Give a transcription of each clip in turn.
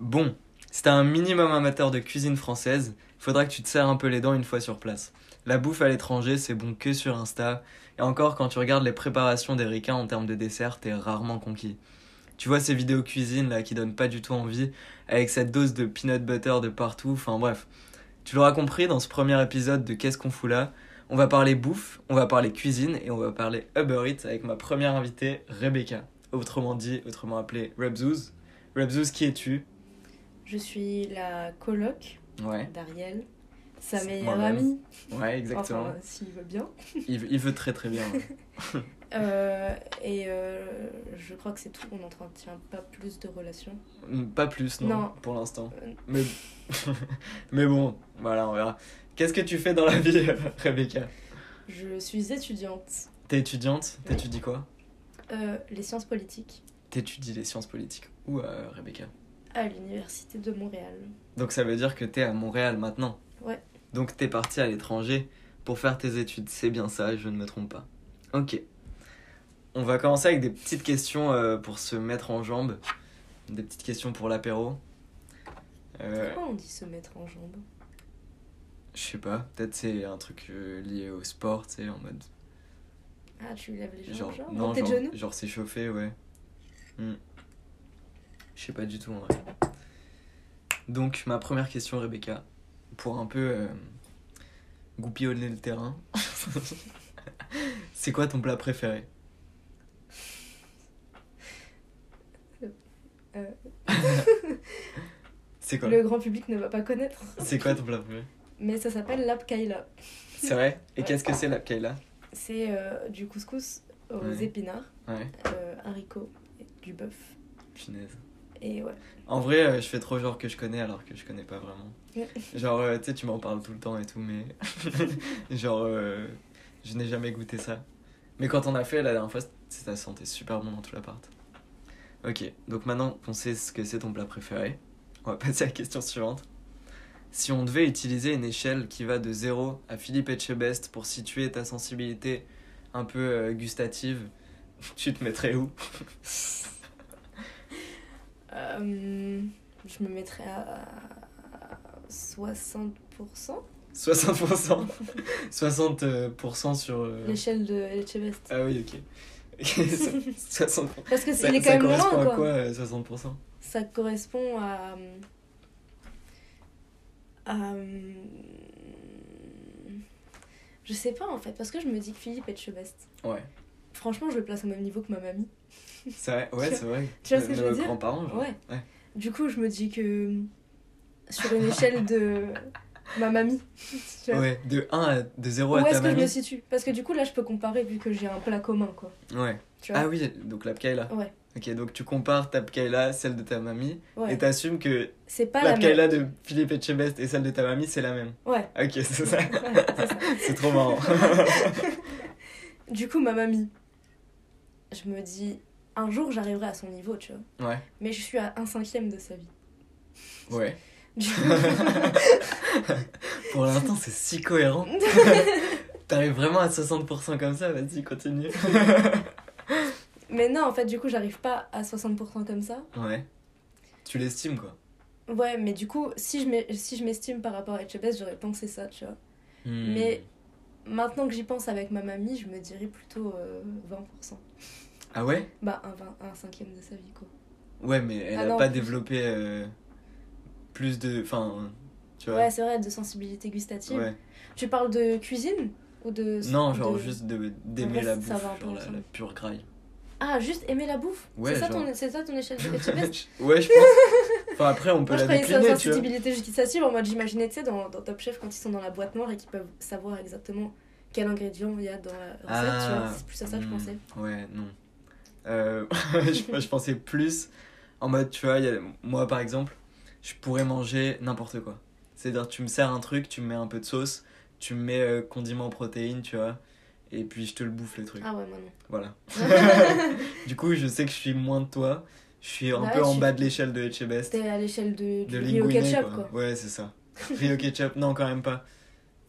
Bon, si t'es un minimum amateur de cuisine française, faudra que tu te serres un peu les dents une fois sur place. La bouffe à l'étranger, c'est bon que sur Insta, et encore quand tu regardes les préparations des ricains en termes de dessert, t'es rarement conquis. Tu vois ces vidéos cuisine là qui donnent pas du tout envie, avec cette dose de peanut butter de partout, enfin bref. Tu l'auras compris dans ce premier épisode de Qu'est-ce qu'on fout là On va parler bouffe, on va parler cuisine et on va parler Uber Eats avec ma première invitée, Rebecca. Autrement dit, autrement appelée Rebzouz. Rebzouz, qui es-tu Je suis la coloc Ouais, d'Ariel, sa C'est meilleure moi-même. amie. ouais, exactement. Enfin, s'il veut bien. Il, veut- il veut très très bien. ouais. Euh, et euh, je crois que c'est tout. On n'entretient pas plus de relations. Mm, Pas plus, non, Non. pour l'instant. Euh, Mais... Mais bon, voilà, on verra. Qu'est-ce que tu fais dans la vie, Rebecca Je suis étudiante. T'es étudiante Oui. T'étudies quoi euh, les sciences politiques T'étudies les sciences politiques. Où, euh, Rebecca à l'université de Montréal. Donc ça veut dire que t'es à Montréal maintenant Ouais. Donc t'es parti à l'étranger pour faire tes études. C'est bien ça, je ne me trompe pas. Ok. On va commencer avec des petites questions euh, pour se mettre en jambes. Des petites questions pour l'apéro. Euh, Pourquoi on dit se mettre en jambes Je sais pas, peut-être c'est un truc euh, lié au sport, tu sais, en mode. Ah, tu lèves les Genre, jambes, genre, non, tes genre, genoux genre s'échauffer, ouais. Hmm. Je sais pas du tout en vrai. Donc, ma première question, Rebecca, pour un peu euh, goupillonner le terrain, c'est quoi ton plat préféré Euh. C'est quoi Le grand public ne va pas connaître. C'est quoi ton plat préféré Mais ça s'appelle l'apkaila. C'est vrai Et Ouais. qu'est-ce que c'est la pkaila C'est euh, du couscous aux Ouais. épinards, Ouais, euh, haricots, et du bœuf. punaise. Et ouais. En vrai, euh, je fais trop genre que je connais alors que je connais pas vraiment. Ouais. Genre, euh, tu sais, tu m'en parles tout le temps et tout, mais genre, euh, je n'ai jamais goûté ça. Mais quand on a fait la dernière fois, c- ça sentait super bon dans tout l'appart. Ok, donc maintenant qu'on sait ce que c'est ton plat préféré, on va passer à la question suivante. Si on devait utiliser une échelle qui va de 0 à Philippe Etchebest pour situer ta sensibilité un peu euh, gustative, tu te mettrais où Euh, je me mettrais à à 60% 60% 60% sur. euh, l'échelle de Elchebest. Ah oui, ok. 60%. Parce que c'est- Ça, il est ça quand même correspond loin, à quoi. quoi euh, 60% Ça correspond à. euh, à, euh, Je sais pas en fait, parce que je me dis que Philippe Etchebest. Ouais. Franchement, je le place au même niveau que ma mamie. C'est vrai, ouais, Tu- c'est vrai. Euh, tu vois ce que je veux Nos dire grands-parents, genre. Ouais. Du coup, je me dis que sur une échelle de ma mamie, tu vois, Ouais, de 1 à de 0 où à est-ce ta que je me mamie. situe Parce que du coup, là, je peux comparer vu que j'ai un plat commun, quoi. Ouais. Tu vois Ah oui, donc la Pkaila. Ouais. Ok, donc tu compares ta Pkaila, celle de ta mamie, Ouais. et t'assumes que C'est pas la la même. Pkaila de Philippe Etchebest et celle de ta mamie, c'est la même. Ouais. Ok, c'est ça. Ouais, c'est ça. c'est trop marrant. Du coup, ma mamie, je me dis, un jour, j'arriverai à son niveau, tu vois. ouais. Mais je suis à un cinquième de sa vie. Ouais. Du coup, Pour l'instant, c'est si cohérent. T'arrives vraiment à 60% comme ça, vas-y, continue. Mais non, en fait, du coup, j'arrive pas à 60% comme ça. Ouais. Tu l'estimes, quoi. Ouais, mais du coup, si je m'e- si je m'estime par rapport à HBS, j'aurais pensé ça, tu vois. Hmm. Mais- Maintenant que j'y pense avec ma mamie, je me dirais plutôt euh, 20%. Ah ouais Bah, un, vingt- un cinquième de sa vie, quoi. Ouais, mais elle Ah a non, pas plus. développé euh, plus de. Enfin, tu vois. Ouais, c'est vrai, de sensibilité gustative. Ouais. Tu parles de cuisine ou de. Non, genre de- juste de- d'aimer Ouais, la ça bouffe, va un peu genre la, ensemble. la pure graille. Ah, juste aimer la bouffe Ouais, C'est ça, genre. ton- c'est ça ton échelle de HBS ouais, je pense. Enfin, après, on peut Moi, je la croyais ça décliner, tu vois. sensibilité gustative en mode j'imaginais, tu sais, dans, dans Top Chef, quand ils sont dans la boîte noire et qu'ils peuvent savoir exactement quel ingrédient il y a dans la recette, tu vois. Ah. C'est plus à ça que je Hmm, pensais. Ouais, non. Euh, je, je pensais plus en mode, tu vois, il y a- moi par exemple, je pourrais manger n'importe quoi. C'est-à-dire, tu me sers un truc, tu me mets un peu de sauce, tu me mets euh, condiment protéines, tu vois, et puis je te le bouffe le truc. Ah ouais, moi non. Voilà. du coup, je sais que je suis moins de toi, je suis un Bah peu ouais, en tu- bas de l'échelle de E Etchebest, C'était à l'échelle de, de du riz au Linguinet, ketchup, quoi. Ouais, c'est ça. Rio ketchup, non, quand même pas.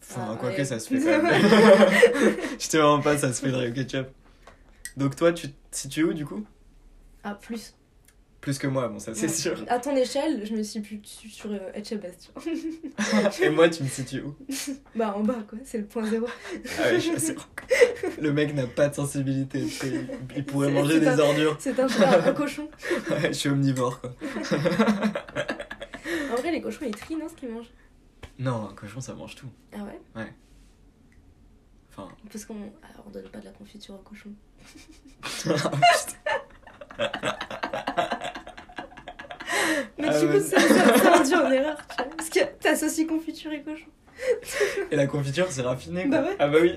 Enfin, Ah, quoique ouais. ça se fait quand même. je te mens pas, ça se fait le Rio ketchup. Donc toi, tu te situes où du coup Ah, plus. Plus que moi, bon, ça c'est Ouais. sûr. À ton échelle, je me suis plus dessus sur euh, Etchebest. tu vois. Et moi, tu me situes où Bah en bas quoi, c'est le point zéro. Ah oui, je suis sûr. Le mec n'a pas de sensibilité. tu sais, il- Il pourrait C'est- manger c'est des un- ordures. C'est un, un, un cochon. Ouais, je suis omnivore, quoi. En vrai, les cochons ils trient, non, ce qu'ils mangent. Non, un cochon, ça mange tout. Ah ouais Enfin. Parce qu'on ah, on donne pas de la confiture aux cochons. Mais Ah du ouais. coup, ça, ça, ça induit en erreur, tu vois. Parce que t'associes confiture et cochon. Et la confiture, c'est raffiné, quoi. Bah ouais. Ah bah oui.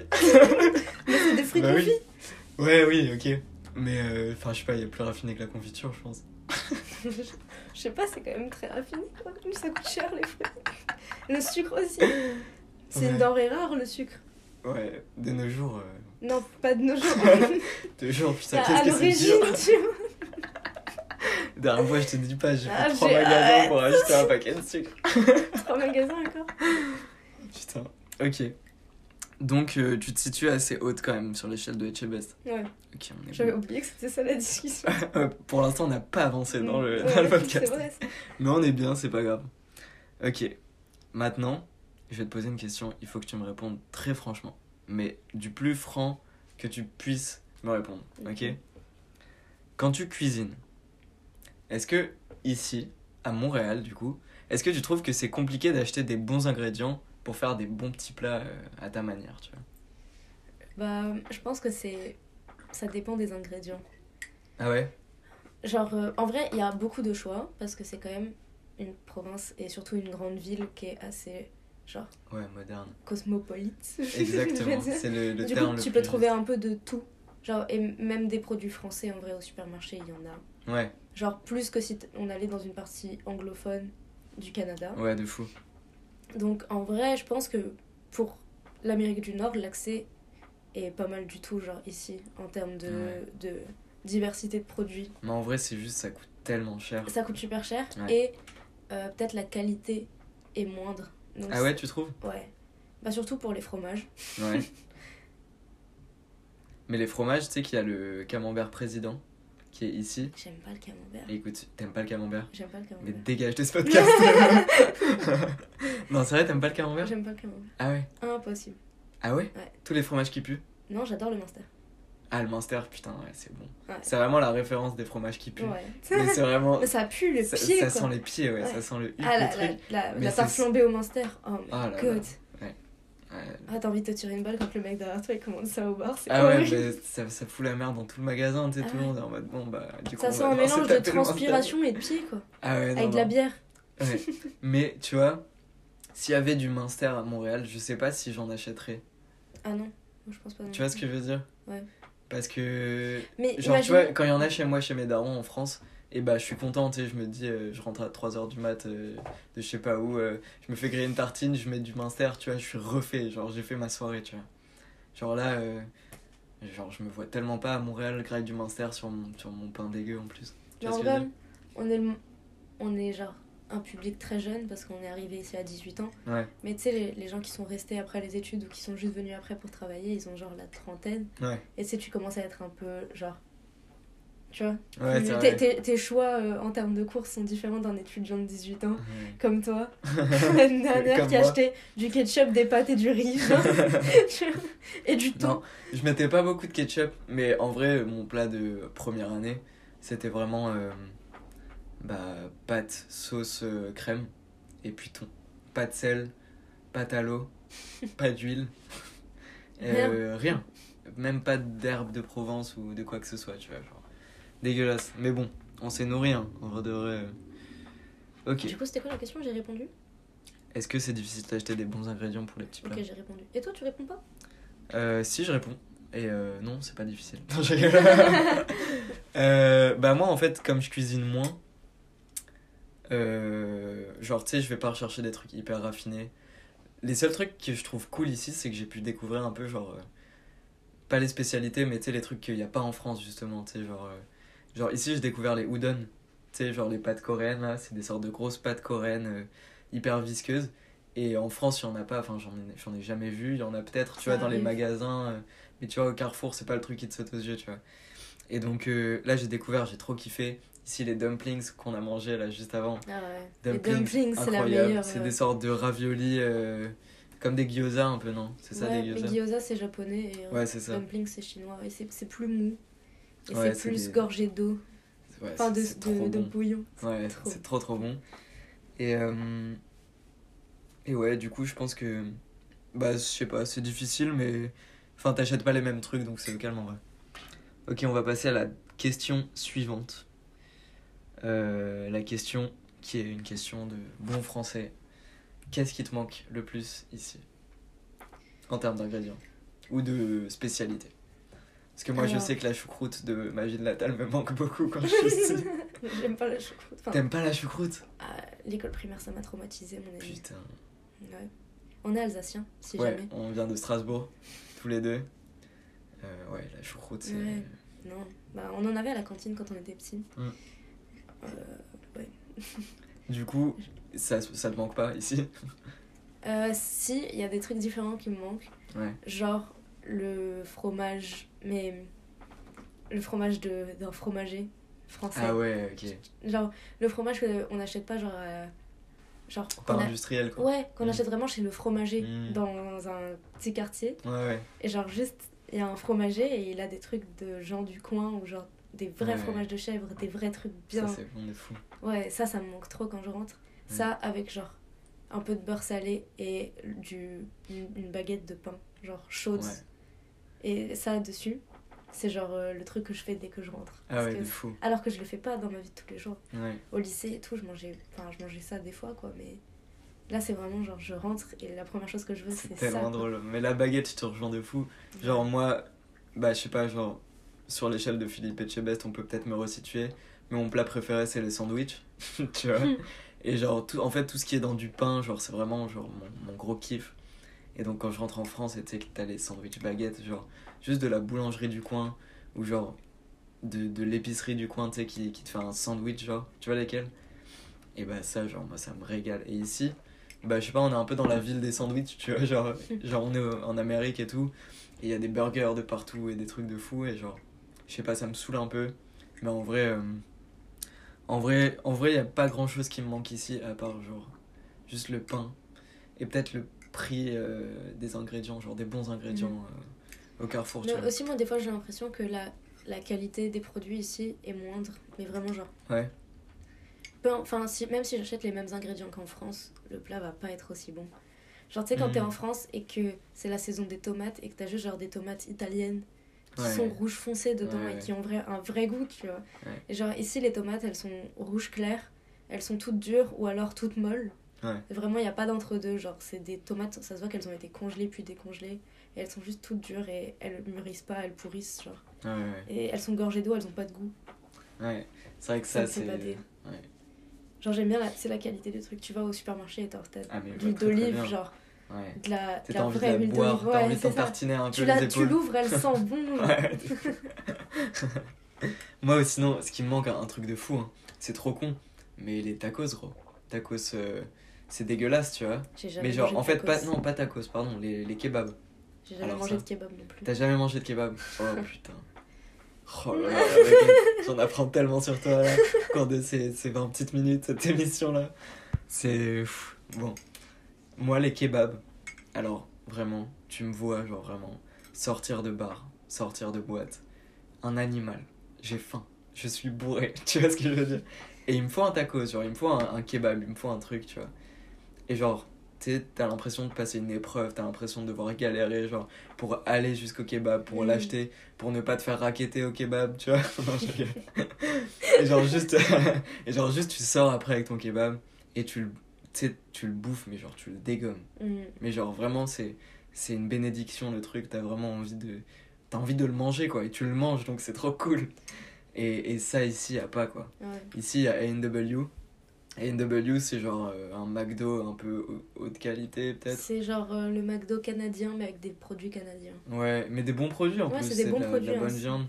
Mais c'est des fruits Bah oui. confits. Ouais, oui, ok. Mais euh, enfin, je sais pas, il y a plus raffiné que la confiture, je pense. Je sais pas, c'est quand même très raffiné, quoi. Mais ça coûte cher, les fruits. Le sucre aussi. C'est Ouais. une denrée rare, le sucre. Ouais, de nos jours, euh, Non, pas de nos jours. de nos jours, putain, à à qu'est-ce que c'est dur. l'origine, tu vois. Dernière fois, je te dis pas, j'ai Ah, fait trois j'ai- magasins pour ah. acheter un paquet de sucre. Trois magasins encore. Putain. Ok. Donc, euh, tu te situes assez haute quand même sur l'échelle de Etchebest. Ouais, Ok, on est j'avais bon. oublié que c'était ça la discussion. Euh, Pour l'instant, on n'a pas avancé dans le, Ouais, dans le podcast. C'est vrai, ça. Mais on est bien, c'est pas grave. Ok. Maintenant, je vais te poser une question. Il faut que tu me répondes très franchement. Mais du plus franc que tu puisses me répondre. Ok Mhm. Quand tu cuisines, est-ce que ici, à Montréal du coup, est-ce que tu trouves que c'est compliqué d'acheter des bons ingrédients pour faire des bons petits plats euh, à ta manière, tu vois Bah, je pense que c'est. Ça dépend des ingrédients. Ah ouais Genre, euh, en vrai, il y a beaucoup de choix parce que c'est quand même une province et surtout une grande ville qui est assez, genre, Ouais, moderne. cosmopolite. je vais Exactement, dire. c'est le, le du terme coup, le tu plus peux trouver un peu de tout. Genre, et m- même des produits français, en vrai, au supermarché, il y en a. juste. Ouais, Genre, plus que si t- on allait dans une partie anglophone du Canada. ouais, de fou. Donc, en vrai, je pense que pour l'Amérique du Nord, l'accès est pas mal du tout, genre, ici, en termes de, Ouais. de diversité de produits. Mais en vrai, c'est juste, ça coûte tellement cher. ça coûte super cher Ouais. et euh, peut-être la qualité est moindre. Donc, Ah ouais, tu trouves c'est- Ouais. Bah, surtout pour les fromages. Ouais. Mais les fromages, tu sais qu'il y a le camembert président qui est ici. J'aime pas le camembert. Et écoute, t'aimes pas le camembert J'aime pas le Mais camembert. dégage de ce podcast Non, c'est vrai, t'aimes pas le camembert J'aime pas le camembert. Ah ouais Impossible. Ah ouais, Ouais. Tous les fromages qui puent Non, j'adore le Munster. Ah, le Munster, putain, ouais, c'est bon. Ouais. C'est vraiment la référence des fromages qui puent. Ouais. Mais c'est vraiment. Mais ça pue le ça pied. ça quoi. sent les pieds, ouais, Ouais. ça sent le huc, Ah, le la, la, truc. la, Mais la c'est- part flambée au Munster. Oh my Ah là là. god. Ouais. Ah, t'as envie de te tirer une balle quand le mec derrière toi il commande ça au bar. C'est Ah ouais, horrible. mais ça, ça fout la merde dans tout le magasin, tu sais, Ah tout le ouais. monde est en mode bon, bah, du coup, on Ça va sent un devoir se mélange de taper le Munster. transpiration et de pied quoi. Ah ouais, non, Avec de la non. bière. Ouais. Mais tu vois, s'il y avait du Munster à Montréal, je sais pas si j'en achèterais. Ah non, Moi, je pense pas. non Tu vois ce plus. que je veux dire Ouais. Parce que. Mais Genre, tu imagine- vois, quand il y en a chez moi, chez mes darons en France, et bah je suis content, tu sais, je me dis, euh, je rentre à 3h du mat, euh, de je sais pas où, euh, je me fais griller une tartine, je mets du Munster, tu vois, je suis refait, genre j'ai fait ma soirée, tu vois. Genre là, euh, genre je me vois tellement pas à Montréal griller du Munster sur mon, sur mon pain dégueu en plus. Tu Mais vois en ce que je veux vrai, on est, le- on est genre un public très jeune parce qu'on est arrivé ici à 18 ans. Ouais. Mais tu sais, les, les gens qui sont restés après les études ou qui sont juste venus après pour travailler, ils ont genre la trentaine. Ouais. Et tu sais, tu commences à être un peu genre. Tu vois Ouais, plus- c'est Mmh. tes, vrai. tes- tes choix euh, en termes de courses sont différents d'un étudiant de 18 ans. Ouais. Comme toi, l'année dernière, Comme qui moi. achetait du ketchup, des pâtes et du riz. genre. et du Non, thon. je mettais pas beaucoup de ketchup, mais en vrai, mon plat de première année, c'était vraiment euh, bah, pâte, sauce, euh, crème, et puis thon. Pas de sel, pas à l'eau, pas d'huile, euh, rien. Même pas d'herbe de Provence ou de quoi que ce soit, tu vois. genre. Dégueulasse. Mais bon, on s'est nourri, hein, en vrai de vrai. euh. Ok. Du coup, c'était quoi la question J'ai répondu Est-ce que c'est difficile d'acheter des bons ingrédients pour les petits plats Ok, j'ai répondu. Et toi, tu réponds pas Euh, si, je réponds. Et euh, non, c'est pas difficile. Non, je Ah rigole. Euh, bah, moi, en fait, comme je cuisine moins, euh, genre, tu sais, je vais pas rechercher des trucs hyper raffinés. Les seuls trucs que je trouve cool ici, c'est que j'ai pu découvrir un peu, genre, euh, pas les spécialités, mais tu sais, les trucs qu'il n'y a pas en France, justement. Tu sais, genre, euh, genre, ici, j'ai découvert les udon. Tu sais, genre, les pâtes coréennes, là, c'est des sortes de grosses pâtes coréennes euh, hyper visqueuses. Et en France, il n'y en a pas, enfin, j'en ai, j'en ai jamais vu. Il y en a peut-être, tu Ça vois, dans les arrive. magasins. euh, mais tu vois, au Carrefour, c'est pas le truc qui te saute aux yeux, tu vois. Et donc euh, là, j'ai découvert, j'ai trop kiffé. Ici, les dumplings qu'on a mangés là juste avant. Ah ouais. Dumplings, les dumplings, c'est la incroyables. meilleure. C'est euh, des sortes de raviolis euh, comme des gyoza un peu, non C'est ça, euh, ouais, des les gyoza gyoza, c'est japonais et euh, Ouais, c'est ça. dumplings, c'est chinois. Et c'est c'est plus mou. Et Ouais, c'est c'est plus des- gorgé d'eau. Ouais, Enfin, de, c'est- c'est trop de, de bon. bouillon. Ouais, trop c'est trop trop bon. Et, euh, et ouais, du coup, je pense que. Bah, je sais pas, c'est difficile, mais. Enfin, t'achètes pas les mêmes trucs, donc c'est au calme en vrai. Ok, on va passer à la question suivante. Euh, la question qui est une question de bon français. Qu'est-ce qui te manque le plus ici En termes d'ingrédients ou de spécialité Parce que moi, je Alors. sais que la choucroute de ma ville natale me manque beaucoup quand je suis ici. J'aime pas la choucroute. Enfin, T'aimes pas la choucroute à l'école primaire, ça m'a traumatisé, mon ami. Putain. Ouais. On est alsacien, si Ouais, jamais. on vient de Strasbourg, tous les deux. Euh, ouais, la choucroute, c'est. Ouais. Non. Bah, on en avait à la cantine quand on était petits. Mm. Euh, Du coup, ça, ça te manque pas ici Euh, si, il y a des trucs différents qui me manquent. Ouais. Genre le fromage, mais le fromage de- d'un fromager français. Ah ouais, ok. Genre le fromage qu'on n'achète pas, genre. euh, genre Pas qu'on a- industriel, quoi. Ouais, qu'on Mm. achète vraiment chez le fromager Mm. dans un petit quartier. Ouais, ouais. Et genre juste, il y a un fromager et il a des trucs de gens du coin ou genre des vrais Ouais. fromages de chèvre, des vrais trucs bien. Ça, c'est bon de fou. Ouais, ça, ça me manque trop quand je rentre. Mm. Ça, avec genre un peu de beurre salé et du, une, une baguette de pain, genre chaude. Ouais. Et ça, dessus, c'est genre euh, le truc que je fais dès que je rentre. Ah Parce ouais, que- de fou. Alors que je le fais pas dans ma vie de tous les jours. Ouais. Au lycée et tout, je mangeais, enfin, je mangeais ça des fois, quoi. Mais là, c'est vraiment genre je rentre et la première chose que je veux, C'est c'est ça. tellement quoi. drôle. Mais la baguette, je te rejoins de fou. Genre, moi, bah, je sais pas, genre, sur l'échelle de Philippe Etchebest, on peut peut-être me resituer. Mais mon plat préféré, c'est les sandwichs. tu vois Et genre, tout, en fait, tout ce qui est dans du pain, genre, c'est vraiment genre, mon, mon gros kiff. Et donc, quand je rentre en France et tu sais que t'as les sandwichs baguettes, genre, juste de la boulangerie du coin, ou genre, de, de l'épicerie du coin, tu sais, qui, qui te fait un sandwich, genre, tu vois lesquels Et bah, ça, genre, moi, ça me régale. Et ici, bah, je sais pas, on est un peu dans la ville des sandwichs, tu vois, genre, genre on est au- en Amérique et tout, et il y a des burgers de partout et des trucs de fou, et genre, je sais pas, ça me saoule un peu, mais en vrai, euh, en vrai, en vrai, il y a pas grand chose qui me manque ici, à part genre, juste le pain, et peut-être le prix euh, des ingrédients, genre des bons ingrédients euh, au carrefour, tu Mais vois. aussi, moi, des fois, j'ai l'impression que la, la qualité des produits ici est moindre, mais vraiment, genre. Ouais. Peu- Enfin, si, même si j'achète les mêmes ingrédients qu'en France, le plat va pas être aussi bon. Genre, tu sais, quand Mhm. t'es en France et que c'est la saison des tomates et que t'as juste genre des tomates italiennes qui Ouais. sont rouges foncées dedans Ouais, et ouais. qui ont vrai, un vrai goût, tu vois. Ouais. Et genre, ici, les tomates, elles sont rouges claires, elles sont toutes dures ou alors toutes molles. Ouais. Vraiment, il n'y a pas d'entre-deux. Genre, c'est des tomates, ça se voit qu'elles ont été congelées puis décongelées. Et elles sont juste toutes dures et elles mûrissent pas, elles pourrissent, genre. Ouais, ouais, Et elles sont gorgées d'eau, elles ont pas de goût. ouais. C'est vrai que Ça ça, me fait c'est. bader. ouais. Genre, j'aime bien, la- c'est la qualité du truc. Tu vas au supermarché et t'as t'as Ah, mais de bah, l'huile très, très d'olive, bien. genre. Ouais. De la, de T'as la envie de vraie la huile boire, d'olive. t'as Ouais, envie de c'est t'en ça. tartiner un peu Tu les la- tu épaules. l'ouvres, elle sent bon. genre. Ouais. Moi, sinon, ce qui me manque, un truc de fou, hein, c'est trop con, mais les tacos, gros. Tacos, euh, c'est dégueulasse, tu vois. J'ai jamais Mais genre, mangé en de fait, pas, tacos. non, pas tacos, pardon, les, les kebabs. J'ai jamais Alors mangé ça. de kebab non plus. T'as jamais mangé de kebab Oh putain. Oh là là, mec, j'en apprends tellement sur toi là, au cours de ces, ces 20 petites minutes, cette émission là. C'est. pff, Bon. Moi, les kebabs, alors vraiment, tu me vois, genre vraiment, sortir de bar, sortir de boîte, un animal, j'ai faim, je suis bourré, tu vois ce que je veux dire Et il me faut un taco, genre, il me faut un, un kebab, il me faut un truc, tu vois. Et genre, tu sais, t'as l'impression de passer une épreuve, t'as l'impression de devoir galérer, genre pour aller jusqu'au kebab, pour Mm. l'acheter, pour ne pas te faire raqueter au kebab, tu vois. Non, je rigole. et, genre juste, et genre juste, tu sors après avec ton kebab et tu le, tu sais, tu le bouffes, mais genre tu le dégommes. Mm. Mais genre vraiment, c'est c'est une bénédiction le truc, t'as vraiment envie de, t'as envie de le manger quoi, et tu le manges donc c'est trop cool. Et, et ça ici, y a pas quoi. Ouais. Ici, il y a ANW. ANW, c'est genre euh, un McDo un peu haut- haute qualité peut-être. C'est genre euh, le McDo canadien, mais avec des produits canadiens. Ouais, mais des bons produits en Ouais, plus, c'est des bons de, la- de produits, la hein, bonne c'est- viande.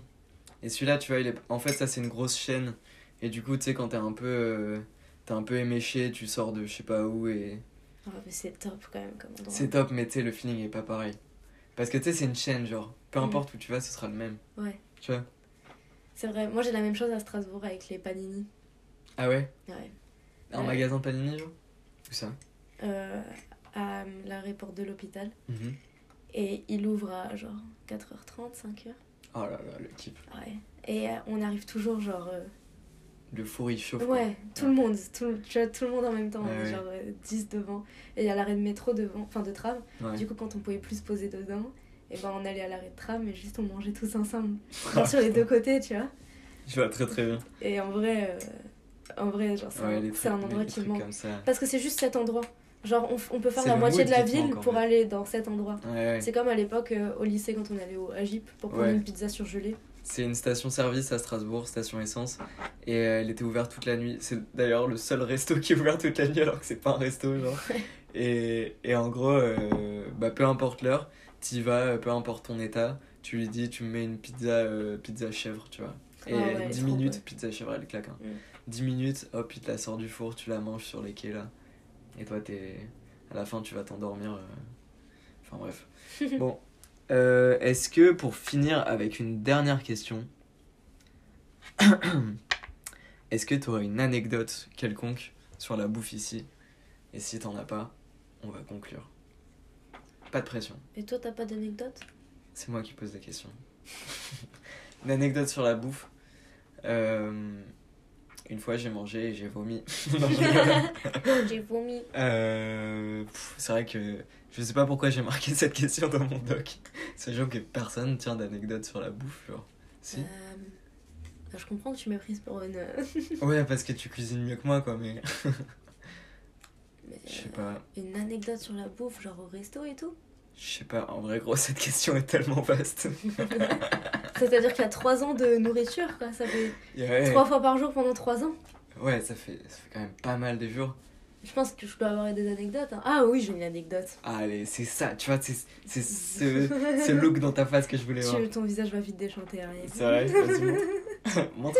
Et celui-là, tu vois, il est... en fait, ça c'est une grosse chaîne. Et du coup, tu sais, quand t'es un peu, euh, t'es un peu éméché, tu sors de je sais pas où et Ah, mais c'est top quand même comme endroit. c'est top, mais tu sais, le feeling est pas pareil. Parce que tu sais, c'est une chaîne, genre, peu Mm. importe où tu vas, ce sera le même. Ouais. Tu vois C'est vrai, moi j'ai la même chose à Strasbourg avec les panini. Ah ouais Ouais. Un Ouais. magasin Panini, genre Où ça Euh, à l'arrêt porte de l'hôpital. Mhm. Et il ouvre à genre 4h30, 5h. Oh là là, le type. Ouais. Et euh, on arrive toujours genre. euh, Le four, il chauffe. quoi. Ouais, tout le monde, tout, tu vois, tout le monde en même temps, Ouais, on est ouais. genre euh, 10 devant. Et il y a l'arrêt de métro devant, enfin de tram. Ouais. Du coup, quand on pouvait plus se poser dedans, et ben on allait à l'arrêt de tram et juste on mangeait tous ensemble. Ah, Genre sur les deux côtés, tu vois. Je vois très très bien. Et en vrai, euh, en vrai, genre c'est Ouais, un- les c'est trucs- un endroit les qui trucs manque. comme ça. Parce que c'est juste cet endroit. Genre on, f- on peut faire C'est la le moitié mood de la qui te ville manque, en pour fait. aller dans cet endroit. Ouais, ouais. C'est comme à l'époque euh, au lycée quand on allait au Agip pour prendre Ouais. une pizza surgelée. C'est une station-service à Strasbourg, station essence, et euh, elle était ouverte toute la nuit. C'est d'ailleurs le seul resto qui est ouvert toute la nuit alors que c'est pas un resto, genre. Et, et en gros, euh, bah, peu importe l'heure, t'y vas, euh, peu importe ton état, tu lui dis tu me mets une pizza, euh, pizza chèvre, tu vois. Et Ah ouais, 10 trop minutes, bonne. pizza chèvre, elle claque. hein. Mm. 10 minutes, hop, il te la sort du four, tu la manges sur les quais là. Et toi, t'es. À la fin, tu vas t'endormir. euh. Enfin bref. bon. Euh, Est-ce que pour finir avec une dernière question, est-ce que tu aurais une anecdote quelconque sur la bouffe ici Et si t'en as pas, on va conclure. Pas de pression, Et toi, t'as pas d'anecdote c'est moi qui pose des questions. une anecdote sur la bouffe. Euh, une fois, j'ai mangé et j'ai vomi. Non, je rigole. J'ai vomi. Euh, pff, c'est vrai que je sais pas pourquoi j'ai marqué cette question dans mon doc. Sachant que personne tient d'anecdotes sur la bouffe, genre. Si. Euh, bah, je comprends que tu m'as prise pour une. euh, Ouais, parce que tu cuisines mieux que moi, quoi, mais mais, je sais euh, pas. Une anecdote sur la bouffe, genre au resto et tout. Je sais pas, en vrai, gros, cette question est tellement vaste. C'est-à-dire qu'il y a 3 ans de nourriture, quoi. Ça fait Et ouais, 3 fois par jour pendant 3 ans. ouais, ça fait, ça fait quand même pas mal de jours. Je pense que je peux avoir des anecdotes. hein. Ah oui, j'ai une anecdote. Allez, c'est ça, tu vois, c'est c'est ce, ce look dans ta face que je voulais voir. Tu- ton visage va vite déchanter, hein, Ariel. C'est vrai, vas-y, montre. Montre.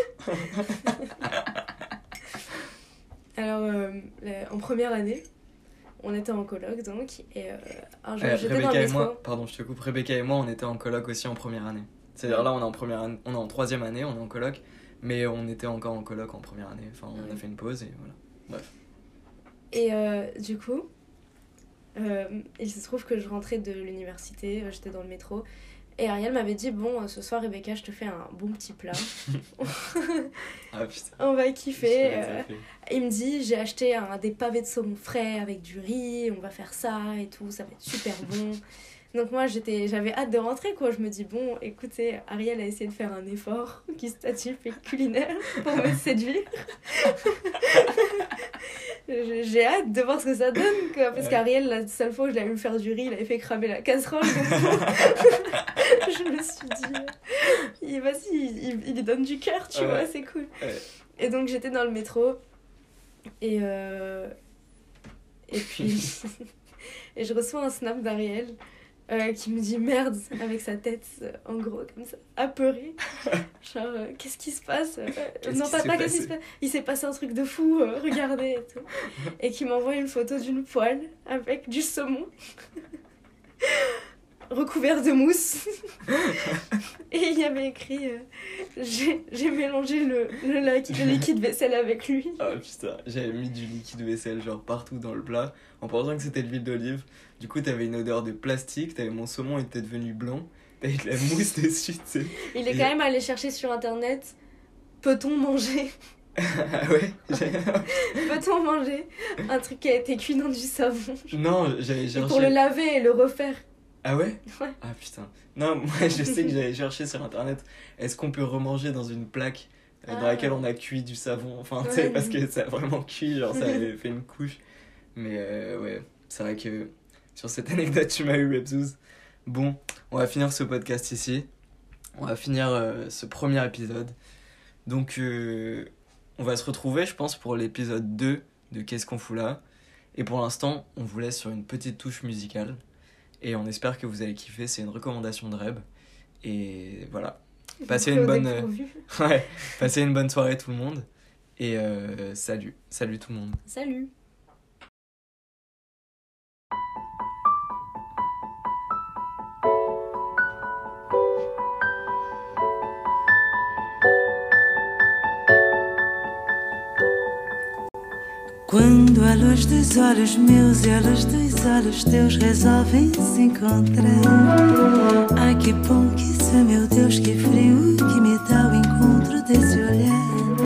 Alors, euh, la- en première année, on était en colloque donc, et euh, un jour Euh, j'étais dans le Rebecca et métro. moi, pardon, je te coupe. Rebecca et moi, on était en coloc aussi en première année. C'est-à-dire là, on est en première, année- on est en troisième année, on est en coloc, mais on était encore en coloc en première année. Enfin, on a Ouais. fait une pause et voilà. Et euh, du coup, euh, il se trouve que je rentrais de l'université, euh, j'étais dans le métro. Et Ariel m'avait dit Bon, euh, ce soir, Rebecca, je te fais un bon petit plat. Ah putain. On va je l'ai kiffer. euh. déjà fait. il me dit J'ai acheté un, des pavés de saumon frais avec du riz, on va faire ça et tout, ça va être super bon. Donc, moi, j'étais, j'avais hâte de rentrer, quoi. Je me dis Bon, écoutez, Ariel a essayé de faire un effort qui statue culinaire pour me séduire. J'ai j'ai hâte de voir ce que ça donne, quoi. Parce Ouais. qu'Ariel, la seule fois où je l'avais vu faire du riz, il avait fait cramer la casserole. donc je me suis dit, euh, il- vas-y, il, il- il lui donne du cœur, tu Ouais. vois, c'est cool. Ouais. Et donc j'étais dans le métro, et, euh, et puis et je reçois un snap d'Ariel euh, qui me dit merde avec sa tête, euh, en gros, comme ça, apeurée. Genre, euh, qu'est-ce qui se passe Euh, Qu'est-ce Non, qui pas, s'est pas qu'est-ce qui passé se passe. Il s'est passé un truc de fou, euh, regardez et tout. Et qui m'envoie une photo d'une poêle avec du saumon recouvert de mousse. Et il y avait écrit euh, J'ai j'ai mélangé le, le, liqui- le liquide vaisselle avec lui. Ah putain, j'avais mis du liquide vaisselle genre partout dans le plat en pensant que c'était de l'huile d'olive. Du coup, t'avais une odeur de plastique, t'avais mon saumon était devenu blanc, t'avais de la mousse dessus, tu sais. Il est Et- quand même allé chercher sur internet Peut-on manger Ah ouais j'ai- Peut-on manger un truc qui a été cuit dans du savon Non, j'avais Et cherché. pour le laver et le refaire. Ah ouais Ouais. Ah putain. Non, moi je sais que j'avais cherché sur internet est-ce qu'on peut remanger dans une plaque euh, dans Ah. laquelle on a cuit du savon Enfin, tu sais, Ouais. parce que ça a vraiment cuit, genre ça avait fait une couche. Mais euh, ouais, c'est vrai que sur cette anecdote, tu m'as eu, Webzouz. Bon, on va finir ce podcast ici. On va finir euh, ce premier épisode. Donc, euh, on va se retrouver, je pense, pour l'épisode 2 de Qu'est-ce qu'on fout là Et pour l'instant, on vous laisse sur une petite touche musicale. Et on espère que vous avez kiffé. C'est une recommandation de Reb. Et voilà. Passez une Au bonne, dépourvu. Ouais. Passez une bonne soirée, tout le monde. Et euh, salut. Salut, tout le monde. Salut Quando a luz dos olhos meus e a luz dos olhos teus resolvem se encontrar. Ai que bom que isso, é meu Deus, que frio